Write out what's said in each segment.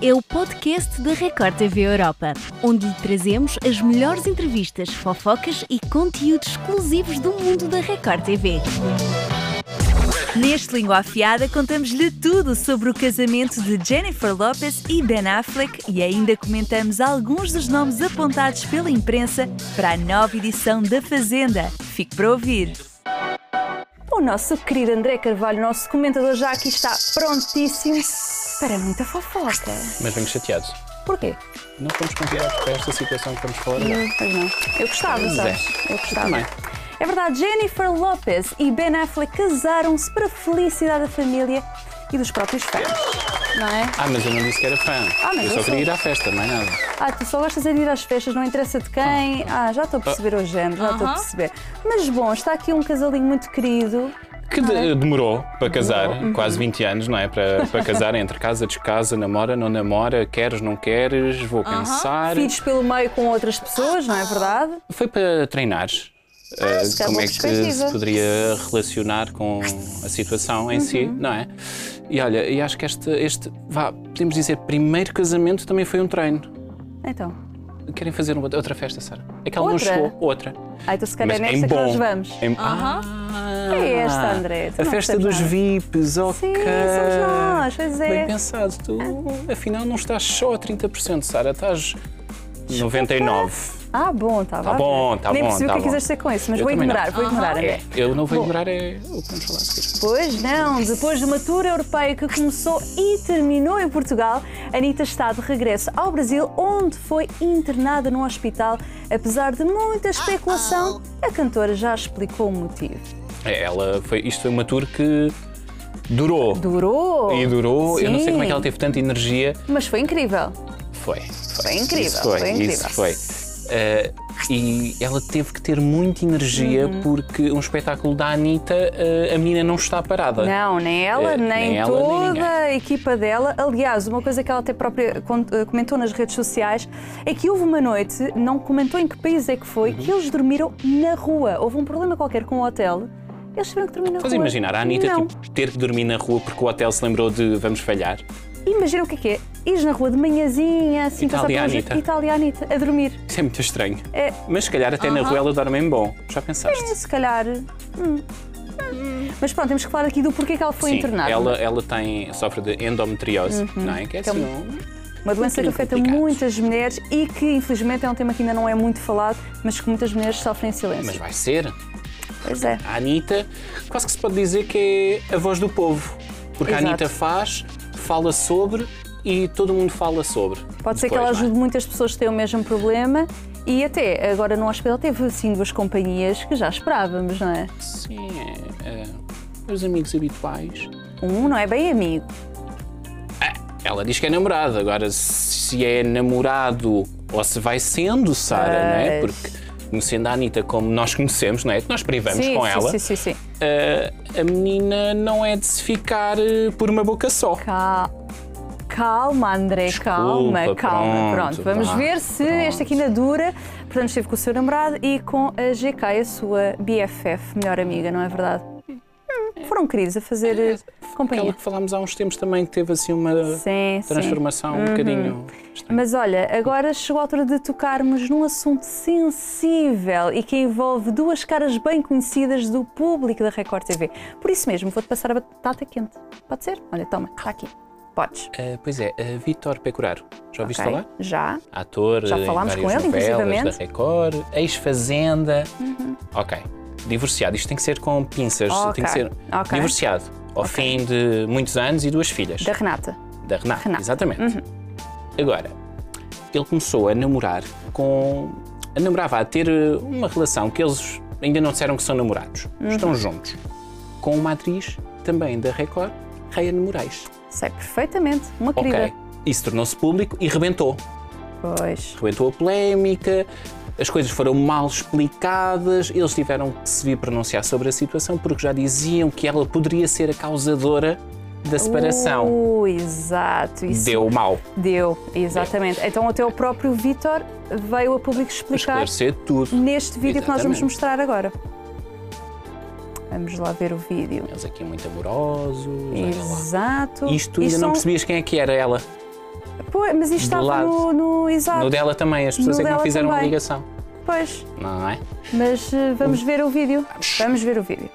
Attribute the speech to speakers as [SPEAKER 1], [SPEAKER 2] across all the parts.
[SPEAKER 1] é o podcast da Record TV Europa, onde lhe trazemos as melhores entrevistas, fofocas e conteúdos exclusivos do mundo da Record TV. Neste Língua Afiada contamos-lhe tudo sobre o casamento de Jennifer Lopez e Ben Affleck e ainda comentamos alguns dos nomes apontados pela imprensa para a nova edição da Fazenda. Fique para ouvir! O nosso querido André Carvalho, nosso comentador, já aqui está prontíssimo para muita fofoca.
[SPEAKER 2] Mas venho chateado.
[SPEAKER 1] Porquê?
[SPEAKER 2] Não fomos convidados para esta situação que estamos fora.
[SPEAKER 1] Pois não. Eu gostava,
[SPEAKER 2] Pois
[SPEAKER 1] sabes?
[SPEAKER 2] é.
[SPEAKER 1] Eu gostava.
[SPEAKER 2] Também.
[SPEAKER 1] É verdade, Jennifer Lopez e Ben Affleck casaram-se para a felicidade da família e dos próprios fãs. Não é?
[SPEAKER 2] Ah, mas eu não disse que era fã.
[SPEAKER 1] Ah, mas
[SPEAKER 2] eu
[SPEAKER 1] eu
[SPEAKER 2] só
[SPEAKER 1] sou.
[SPEAKER 2] queria ir à festa, não é nada.
[SPEAKER 1] Ah, tu só gostas de ir às festas, não interessa de quem. Ah, já estou a perceber o género, já estou a perceber. Mas bom, está aqui um casalinho muito querido.
[SPEAKER 2] Que de-
[SPEAKER 1] Ah, é?
[SPEAKER 2] demorou para casar,
[SPEAKER 1] Uhum.
[SPEAKER 2] quase 20 anos, não é? Para, para casar entre casa, descasa, namora, não namora, queres, não queres, vou pensar.
[SPEAKER 1] Filhos pelo meio com outras pessoas, não é verdade?
[SPEAKER 2] Foi para treinar. eh,
[SPEAKER 1] Ah, se calhar
[SPEAKER 2] como
[SPEAKER 1] boa
[SPEAKER 2] é que
[SPEAKER 1] perspectiva.
[SPEAKER 2] se poderia relacionar com a situação em si,
[SPEAKER 1] Uhum.
[SPEAKER 2] não é? E olha, e acho que este, este, vá, podemos dizer, primeiro casamento também foi um treino.
[SPEAKER 1] Então.
[SPEAKER 2] Querem fazer uma- outra festa, Sara? Aquela não
[SPEAKER 1] Outra?
[SPEAKER 2] chegou, outra.
[SPEAKER 1] Ah, então se
[SPEAKER 2] Mas
[SPEAKER 1] calhar é
[SPEAKER 2] em
[SPEAKER 1] nesta que
[SPEAKER 2] bom.
[SPEAKER 1] nós vamos.
[SPEAKER 2] Em- Ah,
[SPEAKER 1] É esta, André, tu
[SPEAKER 2] A
[SPEAKER 1] não
[SPEAKER 2] festa
[SPEAKER 1] percebes
[SPEAKER 2] dos
[SPEAKER 1] nada.
[SPEAKER 2] VIPs, ok.
[SPEAKER 1] Sim, somos nós, pois é.
[SPEAKER 2] Bem pensado, tu afinal não estás só a 30%, Sara, estás 99%.
[SPEAKER 1] Ah, bom, está
[SPEAKER 2] Tá bom, tá
[SPEAKER 1] Nem
[SPEAKER 2] bom,
[SPEAKER 1] percebi
[SPEAKER 2] tá
[SPEAKER 1] o que é que
[SPEAKER 2] bom.
[SPEAKER 1] quiseste dizer com isso, mas
[SPEAKER 2] Eu
[SPEAKER 1] vou
[SPEAKER 2] também não.
[SPEAKER 1] ignorar, vou ignorar, André.
[SPEAKER 2] É, eu não vou ignorar, é o que vamos falar a seguir.
[SPEAKER 1] Pois não, depois de uma tour europeia que começou e terminou em Portugal, Anitta está de regresso ao Brasil, onde foi internada num hospital. Apesar de muita especulação, a cantora já explicou o motivo.
[SPEAKER 2] É, Ela foi, isto foi uma tour que durou.
[SPEAKER 1] Durou!
[SPEAKER 2] E durou, eu não sei como é que
[SPEAKER 1] Sim,
[SPEAKER 2] ela teve tanta energia.
[SPEAKER 1] Mas foi incrível.
[SPEAKER 2] Foi. Foi,
[SPEAKER 1] incrível,
[SPEAKER 2] Isso foi,
[SPEAKER 1] foi incrível.
[SPEAKER 2] Isso foi. Eh, e ela teve que ter muita energia
[SPEAKER 1] Uhum.
[SPEAKER 2] porque um espetáculo da Anitta, eh, a menina não está parada.
[SPEAKER 1] Não, nem ela,
[SPEAKER 2] Eh,
[SPEAKER 1] nem,
[SPEAKER 2] nem ela, nem
[SPEAKER 1] toda
[SPEAKER 2] ninguém.
[SPEAKER 1] a equipa dela. Aliás, uma coisa que ela até própria con- eh, comentou nas redes sociais é que houve uma noite, não comentou em que país é que foi, que eles dormiram na rua. Houve um problema qualquer com o hotel. Eles tiveram que dormir na
[SPEAKER 2] Estás a
[SPEAKER 1] rua.
[SPEAKER 2] imaginar a Anitta
[SPEAKER 1] Não.
[SPEAKER 2] tipo, ter que dormir na rua porque o hotel se lembrou de vamos falhar?
[SPEAKER 1] Imagina o que é que é. Ires na rua de manhãzinha, assim, passar
[SPEAKER 2] Itália,
[SPEAKER 1] pelas
[SPEAKER 2] Anitta.
[SPEAKER 1] Itália, Anitta, a dormir.
[SPEAKER 2] Isso é muito estranho.
[SPEAKER 1] É.
[SPEAKER 2] Mas se calhar até na rua ela dorme em bom. Já pensaste?
[SPEAKER 1] Se calhar. hum, hum. Mas pronto, temos que falar aqui do porquê que ela foi
[SPEAKER 2] Sim,
[SPEAKER 1] internada. é?
[SPEAKER 2] ela, ela tem, sofre de endometriose, não é? Que é
[SPEAKER 1] Que é um-
[SPEAKER 2] assim, um-
[SPEAKER 1] Uma doença que
[SPEAKER 2] bocadinho
[SPEAKER 1] afeta
[SPEAKER 2] complicado.
[SPEAKER 1] muitas mulheres e que, infelizmente, é um tema que ainda não é muito falado, mas que muitas mulheres sofrem em silêncio.
[SPEAKER 2] Mas vai ser.
[SPEAKER 1] Pois é.
[SPEAKER 2] A Anitta, quase que se pode dizer que é a voz do povo. Porque
[SPEAKER 1] Exato.
[SPEAKER 2] a Anitta faz, fala sobre e todo mundo fala sobre.
[SPEAKER 1] Pode ser que
[SPEAKER 2] Depois,
[SPEAKER 1] ela
[SPEAKER 2] não é?
[SPEAKER 1] ajude muitas pessoas que têm o mesmo problema e até agora no hospital teve assim duas companhias que já esperávamos, não é?
[SPEAKER 2] Sim, é, é, os amigos habituais.
[SPEAKER 1] Um não é bem amigo.
[SPEAKER 2] Ela diz que é namorado, agora se é namorado ou se vai sendo, Sara, não é?
[SPEAKER 1] Pois.
[SPEAKER 2] Porque conhecendo a Anitta como nós conhecemos, não é? Que nós privamos
[SPEAKER 1] sim,
[SPEAKER 2] com
[SPEAKER 1] sim,
[SPEAKER 2] ela,
[SPEAKER 1] sim, sim, sim.
[SPEAKER 2] eh, a menina não é de se ficar eh, por uma boca só.
[SPEAKER 1] Cal- Calma, André,
[SPEAKER 2] Desculpa,
[SPEAKER 1] calma, calma.
[SPEAKER 2] pronto,
[SPEAKER 1] Pronto, vamos
[SPEAKER 2] vá,
[SPEAKER 1] ver se
[SPEAKER 2] pronto.
[SPEAKER 1] esta aqui na dura. Portanto, esteve com o seu namorado e com a GK, a sua BFF, melhor amiga, não é verdade? Hum, foram queridos a fazer eh,
[SPEAKER 2] Aquela
[SPEAKER 1] companhia.
[SPEAKER 2] que falámos há uns tempos também que teve assim uma
[SPEAKER 1] Sim, sim. Uhum.
[SPEAKER 2] transformação um bocadinho estranha.
[SPEAKER 1] Mas olha, agora chegou a altura de tocarmos num assunto sensível e que envolve duas caras bem conhecidas do público da Record TV. Por isso mesmo, vou-te passar a batata quente. Pode ser? Olha, toma, está aqui. Podes.
[SPEAKER 2] Eh, pois é, eh, Vítor Pecoraro, já ouviste
[SPEAKER 1] Ok?
[SPEAKER 2] falar?
[SPEAKER 1] Já.
[SPEAKER 2] Ator,
[SPEAKER 1] Já
[SPEAKER 2] eh, em
[SPEAKER 1] falámos com
[SPEAKER 2] várias
[SPEAKER 1] ele,
[SPEAKER 2] novelas
[SPEAKER 1] inclusivamente. Uhum.
[SPEAKER 2] da Record, ex-fazenda. Ok, divorciado. Isto tem que ser com pinças,
[SPEAKER 1] Ok,
[SPEAKER 2] tem que ser
[SPEAKER 1] ok.
[SPEAKER 2] divorciado. Ao fim de muitos anos e duas filhas.
[SPEAKER 1] Da Renata.
[SPEAKER 2] Da Renata,
[SPEAKER 1] Renata. Uhum.
[SPEAKER 2] exatamente. Agora, ele começou a namorar com. A namorava a ter eh, uma relação que eles ainda não disseram que são namorados.
[SPEAKER 1] Uhum.
[SPEAKER 2] Estão juntos. Com uma atriz também da Record, Rayane Moraes.
[SPEAKER 1] Sei perfeitamente. Uma querida.
[SPEAKER 2] Ok. Isso tornou-se público e rebentou.
[SPEAKER 1] Pois.
[SPEAKER 2] Rebentou a polémica, as coisas foram mal explicadas, eles tiveram que se vir pronunciar sobre a situação porque já diziam que ela poderia ser a causadora da separação.
[SPEAKER 1] Uh, exato. Isso Tá.
[SPEAKER 2] Deu mal.
[SPEAKER 1] Deu, exatamente. Então até o próprio Vítor veio a público explicar
[SPEAKER 2] Esclarecer tudo.
[SPEAKER 1] neste vídeo que nós vamos
[SPEAKER 2] Exatamente.
[SPEAKER 1] mostrar agora. Vamos lá ver o vídeo.
[SPEAKER 2] Eles aqui muito amorosos. olha lá.
[SPEAKER 1] Exato.
[SPEAKER 2] Isto ainda não
[SPEAKER 1] são-
[SPEAKER 2] percebias quem é que era ela.
[SPEAKER 1] Pois, mas isto
[SPEAKER 2] Do
[SPEAKER 1] estava
[SPEAKER 2] lado.
[SPEAKER 1] no, no. Exato.
[SPEAKER 2] No dela também, as pessoas
[SPEAKER 1] No
[SPEAKER 2] é que não
[SPEAKER 1] dela
[SPEAKER 2] fizeram a
[SPEAKER 1] também.
[SPEAKER 2] ligação.
[SPEAKER 1] Pois.
[SPEAKER 2] Não é?
[SPEAKER 1] Mas eh, vamos ver o vídeo. Vamos ver o vídeo.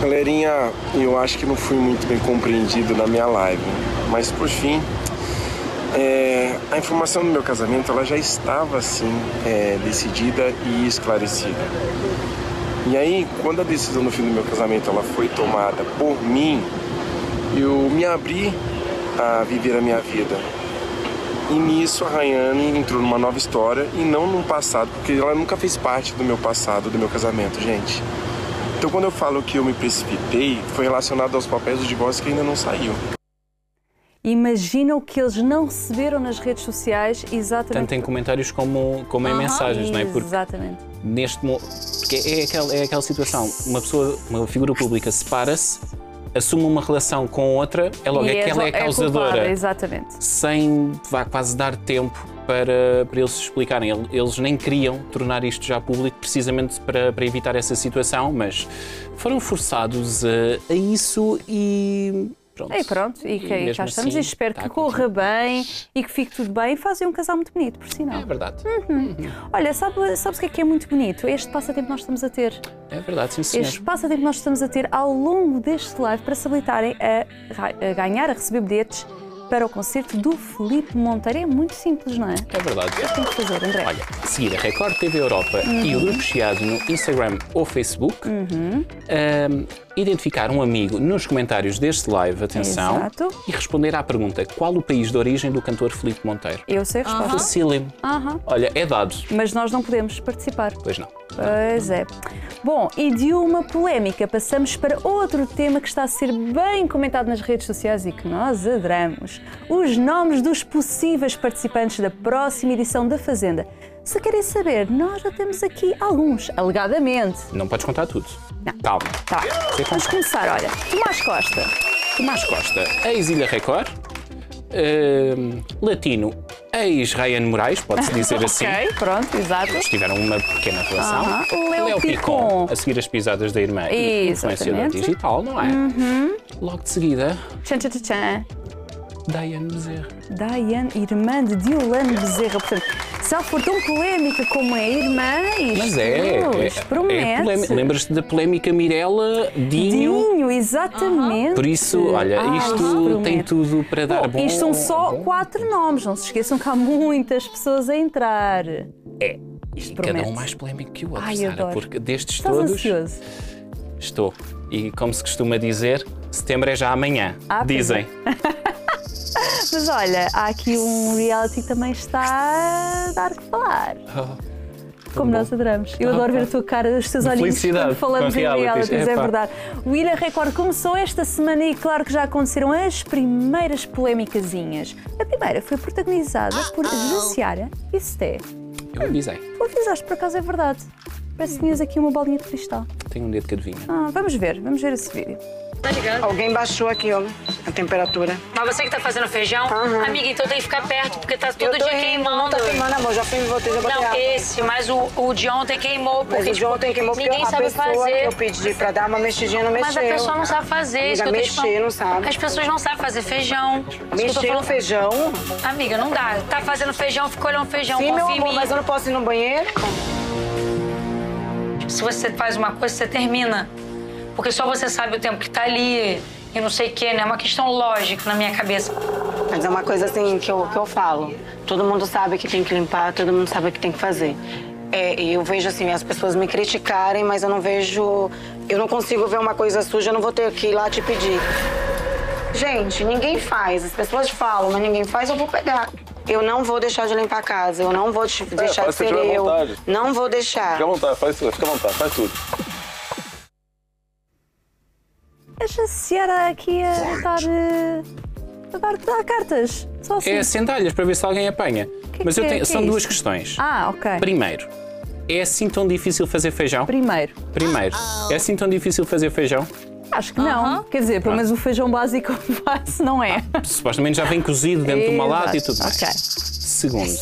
[SPEAKER 3] Galerinha, eu acho que não fui muito bem compreendido na minha live, mas por fim, é, a informação do meu casamento ela já estava assim é, decidida e esclarecida. E aí, quando a decisão do fim do meu casamento ela foi tomada por mim, eu me abri a viver a minha vida. E nisso a Rayane entrou numa nova história e não num passado, porque ela nunca fez parte do meu passado, do meu casamento, gente. Então quando eu falo que eu me precipitei, foi relacionado aos papéis do divórcio que ainda não saiu.
[SPEAKER 1] Imagina o que eles não receberam nas redes sociais
[SPEAKER 2] Tanto
[SPEAKER 1] exatamente.
[SPEAKER 2] em comentários como, como em mensagens, não é? Porque
[SPEAKER 1] Exatamente.
[SPEAKER 2] neste mo- porque é aquela, é aquela situação, uma pessoa, uma figura pública separa-se, assume uma relação com outra, é logo é que ela é a
[SPEAKER 1] culpada,
[SPEAKER 2] causadora,
[SPEAKER 1] exatamente.
[SPEAKER 2] sem vá quase dar tempo para, para eles se explicarem. Ele- Eles nem queriam tornar isto já público precisamente para, para evitar essa situação, mas foram forçados a, a isso e pronto.
[SPEAKER 1] E pronto, e, que, e
[SPEAKER 2] mesmo
[SPEAKER 1] cá estamos.
[SPEAKER 2] assim,
[SPEAKER 1] e espero
[SPEAKER 2] está
[SPEAKER 1] que
[SPEAKER 2] a
[SPEAKER 1] corra
[SPEAKER 2] continuar.
[SPEAKER 1] bem e que fique tudo bem. E fazem um casal muito bonito, por sinal.
[SPEAKER 2] É verdade,
[SPEAKER 1] Olha, sabe, sabes o que é que é muito bonito? Este passatempo que nós estamos a ter.
[SPEAKER 2] é verdade, sim senhor.
[SPEAKER 1] Este passatempo que nós estamos a ter ao longo deste live para se habilitarem a, ra- a ganhar, a receber bilhetes para o concerto do Felipe Monteiro. É muito simples, não é?
[SPEAKER 2] É verdade.
[SPEAKER 1] Tem que fazer, André.
[SPEAKER 2] Olha, seguir a Record TV Europa e o Grupo Chiado no Instagram ou Facebook. Ahm, identificar um amigo nos comentários deste live, atenção.
[SPEAKER 1] Exato.
[SPEAKER 2] E responder à pergunta: qual o país de origem do cantor Filipe Monteiro?
[SPEAKER 1] Eu sei a resposta.
[SPEAKER 2] Facílimo.
[SPEAKER 1] Aham.
[SPEAKER 2] Olha, é dado.
[SPEAKER 1] Mas nós não podemos participar.
[SPEAKER 2] Pois não.
[SPEAKER 1] Pois é. Bom, e de uma polémica passamos para outro tema que está a ser bem comentado nas redes sociais e que nós adoramos. Os nomes dos possíveis participantes da próxima edição da Fazenda. Se querem saber, nós já temos aqui alguns, alegadamente.
[SPEAKER 2] Não podes contar tudo.
[SPEAKER 1] Não.
[SPEAKER 2] Calma.
[SPEAKER 1] Tá,
[SPEAKER 2] Sei
[SPEAKER 1] vamos
[SPEAKER 2] contar.
[SPEAKER 1] começar, olha. Tomás Costa.
[SPEAKER 2] Tomás Costa, ex-Ilha Record. Ahm, latino, ex-Ryan Moraes, pode-se dizer assim.
[SPEAKER 1] Ok, pronto, exato.
[SPEAKER 2] Eles tiveram uma pequena relação.
[SPEAKER 1] Aham. O Léo Picon.
[SPEAKER 2] a seguir as pisadas da irmã e
[SPEAKER 1] Exatamente.
[SPEAKER 2] influenciador digital, não é? Logo de seguida,
[SPEAKER 1] Tchan, tchan, tchan, tchan.
[SPEAKER 2] Diane Bezerra.
[SPEAKER 1] Diane, irmã de Diolane Bezerra. Portanto, se ela for tão polémica como é a irmã, isto,
[SPEAKER 2] Mas é, é,
[SPEAKER 1] isto
[SPEAKER 2] é
[SPEAKER 1] promete.
[SPEAKER 2] polémica. Lembras-te da polémica Mirella, Dinho?
[SPEAKER 1] Dinho, exatamente.
[SPEAKER 2] Por isso, olha,
[SPEAKER 1] Ah,
[SPEAKER 2] isto tem
[SPEAKER 1] promete.
[SPEAKER 2] tudo para dar bom.
[SPEAKER 1] Isto são só
[SPEAKER 2] bom.
[SPEAKER 1] quatro nomes, não se esqueçam que há muitas pessoas a entrar.
[SPEAKER 2] É.
[SPEAKER 1] Isto
[SPEAKER 2] Cada
[SPEAKER 1] promete.
[SPEAKER 2] um mais polémico que o outro,
[SPEAKER 1] Ai,
[SPEAKER 2] Sara,
[SPEAKER 1] adoro.
[SPEAKER 2] porque destes
[SPEAKER 1] Estás
[SPEAKER 2] todos
[SPEAKER 1] ansioso?
[SPEAKER 2] estou. E como se costuma dizer, setembro é já amanhã.
[SPEAKER 1] Ah, pois
[SPEAKER 2] dizem.
[SPEAKER 1] Mas olha, há aqui um reality que também está a dar que falar.
[SPEAKER 2] Oh,
[SPEAKER 1] Como nós adoramos. Eu adoro ver a tua cara, os teus
[SPEAKER 2] De
[SPEAKER 1] olhinhos
[SPEAKER 2] felicidade
[SPEAKER 1] quando falamos
[SPEAKER 2] com
[SPEAKER 1] em
[SPEAKER 2] realities.
[SPEAKER 1] realities, é
[SPEAKER 2] Epá.
[SPEAKER 1] verdade. O Ilha Record começou esta semana e claro que já aconteceram as primeiras polêmicazinhas. A primeira foi protagonizada por Jaciara e Sté.
[SPEAKER 2] Eu avisei.
[SPEAKER 1] Tu avisaste, por acaso é verdade. Parece que tinhas aqui uma bolinha de cristal.
[SPEAKER 2] Tenho um dedo que adivinha.
[SPEAKER 1] Ah, vamos ver, vamos ver esse vídeo.
[SPEAKER 4] Alguém baixou aqui, ó, a temperatura.
[SPEAKER 5] Mas você que tá fazendo feijão? Amiga, então tem que ficar perto, porque tá todo
[SPEAKER 4] Eu tô
[SPEAKER 5] dia
[SPEAKER 4] indo, não
[SPEAKER 5] queimando.
[SPEAKER 4] tá queimando, amor. Já fui e voltei, já botei
[SPEAKER 5] Não,
[SPEAKER 4] água.
[SPEAKER 5] esse, mas o, o de ontem queimou, porque
[SPEAKER 4] Mas o de
[SPEAKER 5] tipo,
[SPEAKER 4] ontem queimou porque
[SPEAKER 5] ninguém
[SPEAKER 4] a
[SPEAKER 5] sabe
[SPEAKER 4] pessoa que
[SPEAKER 5] fazer.
[SPEAKER 4] eu pedi pra dar uma mexidinha não mexeu.
[SPEAKER 5] Mas a pessoa não sabe fazer, isso que eu
[SPEAKER 4] Amiga,
[SPEAKER 5] tô te falando.
[SPEAKER 4] mexer, não sabe.
[SPEAKER 5] As pessoas não sabem fazer feijão. Isso que eu tô
[SPEAKER 4] Mexer no
[SPEAKER 5] falando.
[SPEAKER 4] feijão?
[SPEAKER 5] Amiga, não dá. Tá fazendo feijão, fica olhando feijão,
[SPEAKER 4] Sim, meu
[SPEAKER 5] confia
[SPEAKER 4] amor,
[SPEAKER 5] em
[SPEAKER 4] mas eu
[SPEAKER 5] mim.
[SPEAKER 4] não posso ir no banheiro?
[SPEAKER 5] Se você faz uma coisa, você termina. Porque só você sabe o tempo que tá ali e não sei o quê, né? É uma questão lógica na minha cabeça.
[SPEAKER 4] Mas é uma coisa assim que eu, que eu falo. Todo mundo sabe que tem que limpar, todo mundo sabe que tem que fazer. É, e eu vejo assim, as pessoas me criticarem, mas eu não vejo. Eu não consigo ver uma coisa suja, eu não vou ter que ir lá te pedir. Gente, ninguém faz. As pessoas falam, mas ninguém faz, eu vou pegar. Eu não vou deixar de limpar a casa, eu não vou te deixar
[SPEAKER 6] faz
[SPEAKER 4] de
[SPEAKER 6] se
[SPEAKER 4] ser
[SPEAKER 6] tiver
[SPEAKER 4] eu.
[SPEAKER 6] vontade.
[SPEAKER 4] Não vou deixar.
[SPEAKER 7] Então
[SPEAKER 6] Fica à vontade, faz tudo, fica à vontade, faz tudo.
[SPEAKER 1] A Jaciara aqui a dar. eh, a dar, dar cartas. Só assim.
[SPEAKER 2] É sandálias para ver se alguém apanha.
[SPEAKER 1] Que
[SPEAKER 2] Mas
[SPEAKER 1] que
[SPEAKER 2] eu
[SPEAKER 1] é-
[SPEAKER 2] tenho,
[SPEAKER 1] que é
[SPEAKER 2] são duas
[SPEAKER 1] isto?
[SPEAKER 2] questões.
[SPEAKER 1] Ah, ok.
[SPEAKER 2] Primeiro, é assim tão difícil fazer feijão?
[SPEAKER 1] Primeiro.
[SPEAKER 2] Primeiro,
[SPEAKER 1] Ah.
[SPEAKER 2] é assim tão difícil fazer feijão?
[SPEAKER 1] Acho que não. Quer dizer, pelo menos o feijão básico eu faço não é.
[SPEAKER 2] Supostamente já vem cozido dentro de uma lata e tudo mais.
[SPEAKER 1] Ok.
[SPEAKER 2] Segundo,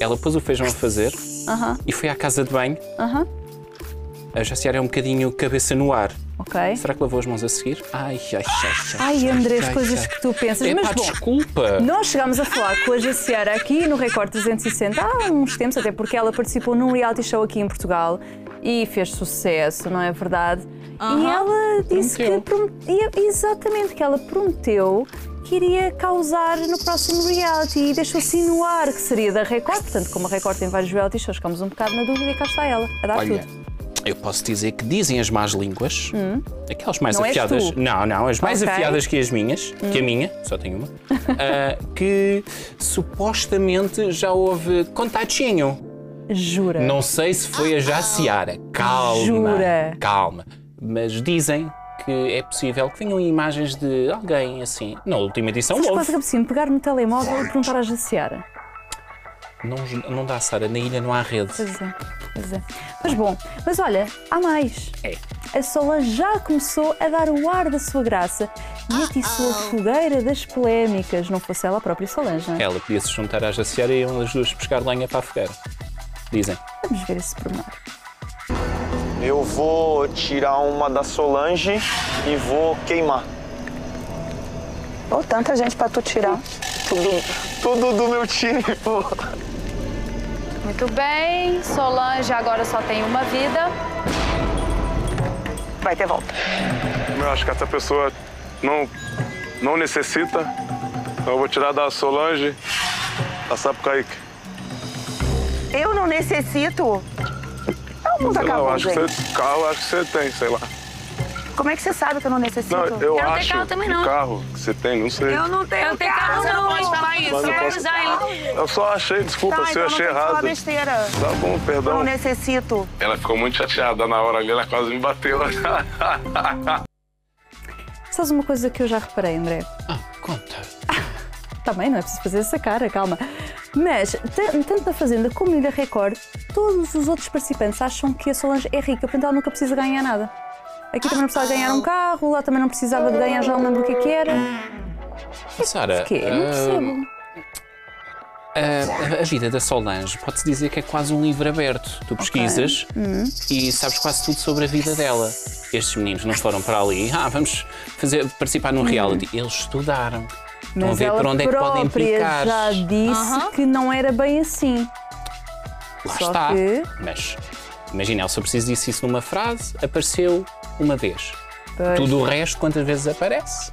[SPEAKER 2] ela pôs o feijão a fazer e foi à casa de banho.
[SPEAKER 1] Aham.
[SPEAKER 2] A Jaciara é um bocadinho cabeça no ar.
[SPEAKER 1] ok?
[SPEAKER 2] Será que lavou as mãos a seguir? Ai, ai, ai, ai.
[SPEAKER 1] Ai, André, as
[SPEAKER 2] ai,
[SPEAKER 1] coisas
[SPEAKER 2] ai.
[SPEAKER 1] que tu pensas.
[SPEAKER 2] Epá,
[SPEAKER 1] Mas bom,
[SPEAKER 2] desculpa.
[SPEAKER 1] nós chegámos a falar com a Jaciara aqui no Record 360 há uns tempos, até porque ela participou num reality show aqui em Portugal e fez sucesso, não é verdade? E
[SPEAKER 8] Aham.
[SPEAKER 1] ela disse
[SPEAKER 2] Prometeu.
[SPEAKER 1] que prometia, exatamente, que ela prometeu que iria causar no próximo reality e deixou-se insinuar que seria da Record, portanto, como a Record tem vários reality shows, ficamos um bocado na dúvida e cá está ela, a dar
[SPEAKER 2] Olha,
[SPEAKER 1] tudo.
[SPEAKER 2] eu posso dizer que dizem as más línguas, aquelas mais
[SPEAKER 1] Hum. Não és
[SPEAKER 2] afiadas.
[SPEAKER 1] tu.
[SPEAKER 2] Não, não, as mais
[SPEAKER 1] Ok. Hum.
[SPEAKER 2] afiadas que as minhas, que a minha, só tenho uma, ah, que supostamente já houve contatinho.
[SPEAKER 1] Jura.
[SPEAKER 2] Não sei se foi a Jaciara. Calma.
[SPEAKER 1] Jura?
[SPEAKER 2] Calma. Mas dizem que é possível que venham imagens de alguém assim. Na última edição
[SPEAKER 1] Mas quase
[SPEAKER 2] houve.
[SPEAKER 1] que é preciso pegar no telemóvel e perguntar à Jaciara.
[SPEAKER 2] Não, não dá, Sara. Na ilha não há rede.
[SPEAKER 1] Pois é, pois é. Mas bom, mas olha, há mais.
[SPEAKER 2] É.
[SPEAKER 1] A Solange já começou a dar o ar da sua graça e atiçou a fogueira das polémicas. Não fosse ela a própria Solange, não é?
[SPEAKER 2] Ela podia se juntar à Jaciara e iam as duas pescar lenha para a fogueira. Dizem.
[SPEAKER 1] Vamos ver esse pormenor.
[SPEAKER 7] Eu vou tirar uma da Solange e vou queimar.
[SPEAKER 4] Ou tanta gente pra tu tirar.
[SPEAKER 7] Tudo do meu time, pô.
[SPEAKER 9] Muito bem, Solange agora só tem uma vida.
[SPEAKER 4] Vai ter volta.
[SPEAKER 10] Eu acho que essa pessoa não, não necessita. Eu vou tirar da Solange, passar pro Kaique.
[SPEAKER 4] Eu não necessito. É o mundo
[SPEAKER 10] Sei lá, eu
[SPEAKER 4] acabou,
[SPEAKER 10] acho,
[SPEAKER 4] gente.
[SPEAKER 10] que você, carro, eu acho que você tem, sei lá.
[SPEAKER 4] Como é que você sabe que eu não necessito?
[SPEAKER 10] Não, eu
[SPEAKER 5] não tenho
[SPEAKER 10] acho
[SPEAKER 5] carro também, não.
[SPEAKER 10] o carro que você tem, não sei. Eu,
[SPEAKER 4] não tenho
[SPEAKER 5] Eu não tenho carro, não, pode falar isso.
[SPEAKER 10] Mas não posso- só achei, desculpa
[SPEAKER 4] Tá,
[SPEAKER 10] se
[SPEAKER 4] então
[SPEAKER 10] eu
[SPEAKER 4] não
[SPEAKER 10] achei
[SPEAKER 4] tem que falar
[SPEAKER 10] errado.
[SPEAKER 4] besteira.
[SPEAKER 10] Tá bom,
[SPEAKER 4] Eu não
[SPEAKER 10] perdão.
[SPEAKER 4] necessito.
[SPEAKER 10] Ela ficou muito chateada na hora ali, ela quase me bateu.
[SPEAKER 1] Sabes uma coisa que eu já reparei, André?
[SPEAKER 2] Ah, conta.
[SPEAKER 1] Também não é preciso fazer essa cara, calma. Mas, tan- tanto na Fazenda como na Record, todos os outros participantes acham que a Solange é rica, portanto ela nunca precisa ganhar nada. Aqui também não precisava ganhar um carro, lá também não precisava de ganhar, já não lembro o que é que era.
[SPEAKER 2] Sara.
[SPEAKER 1] Porquê? Não
[SPEAKER 2] ah,
[SPEAKER 1] percebo.
[SPEAKER 2] A, a vida da Solange pode-se dizer que é quase um livro aberto. Tu pesquisas
[SPEAKER 1] Hum.
[SPEAKER 2] e sabes quase tudo sobre a vida dela. Estes meninos não foram para ali, ah, vamos fazer, participar num reality. Eles estudaram. Estão a
[SPEAKER 1] Hum. Mas
[SPEAKER 2] ver
[SPEAKER 1] ela
[SPEAKER 2] por onde é que podem
[SPEAKER 1] própria
[SPEAKER 2] picar.
[SPEAKER 1] já disse que não era bem assim.
[SPEAKER 2] Lá
[SPEAKER 1] Só
[SPEAKER 2] está.
[SPEAKER 1] que-
[SPEAKER 2] Mas imagina, ela só precisa disse isso numa frase, apareceu uma vez.
[SPEAKER 1] Pois.
[SPEAKER 2] Tudo o resto, quantas vezes aparece?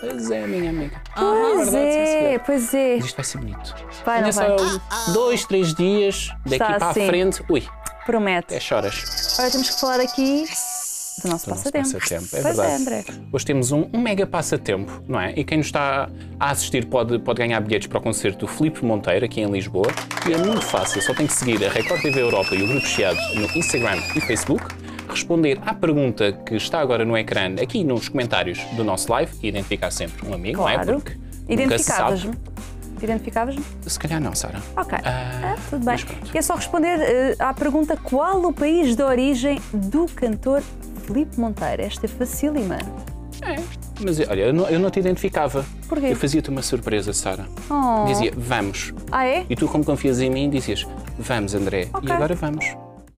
[SPEAKER 2] Pois é, minha amiga.
[SPEAKER 1] Pois
[SPEAKER 2] verdade, sim,
[SPEAKER 1] é,
[SPEAKER 2] senhora.
[SPEAKER 1] pois é.
[SPEAKER 2] Isto vai ser bonito.
[SPEAKER 1] Vai, não
[SPEAKER 2] Ainda
[SPEAKER 1] vai.
[SPEAKER 2] só dois, três dias daqui
[SPEAKER 1] Está
[SPEAKER 2] para
[SPEAKER 1] assim.
[SPEAKER 2] a frente. Ui, é
[SPEAKER 1] Promete.
[SPEAKER 2] 10 horas.
[SPEAKER 1] Agora temos que falar aqui do nosso
[SPEAKER 2] do nosso
[SPEAKER 1] passatempo.
[SPEAKER 2] passatempo, É
[SPEAKER 1] pois
[SPEAKER 2] verdade.
[SPEAKER 1] é, André.
[SPEAKER 2] Hoje temos um, um mega passatempo, não é? E quem nos está a assistir pode, pode ganhar bilhetes para o concerto do Filipe Monteiro, aqui em Lisboa. E é muito fácil, só tem que seguir a Record TV Europa e o Grupo Chiado no Instagram e Facebook, responder à pergunta que está agora no ecrã, aqui nos comentários do nosso live, e identificar sempre um amigo, não é?
[SPEAKER 1] Claro.
[SPEAKER 2] Porque nunca se sabe.
[SPEAKER 1] Identificavas-me. Identificavas-me?
[SPEAKER 2] Se calhar não, Sara.
[SPEAKER 1] Ok.
[SPEAKER 2] Ah,
[SPEAKER 1] Ah, tudo bem.
[SPEAKER 2] mas pronto.
[SPEAKER 1] E é só responder eh, à pergunta qual o país de origem do cantor Filipe Monteiro. Esta é facílima.
[SPEAKER 2] Mas olha, eu não, eu não te identificava.
[SPEAKER 1] É. Porquê?
[SPEAKER 2] Eu fazia-te uma surpresa, Sara.
[SPEAKER 1] Oh.
[SPEAKER 2] Dizia, vamos.
[SPEAKER 1] Ah, é?
[SPEAKER 2] E tu, como confias em mim, dizias, vamos, André. E agora vamos.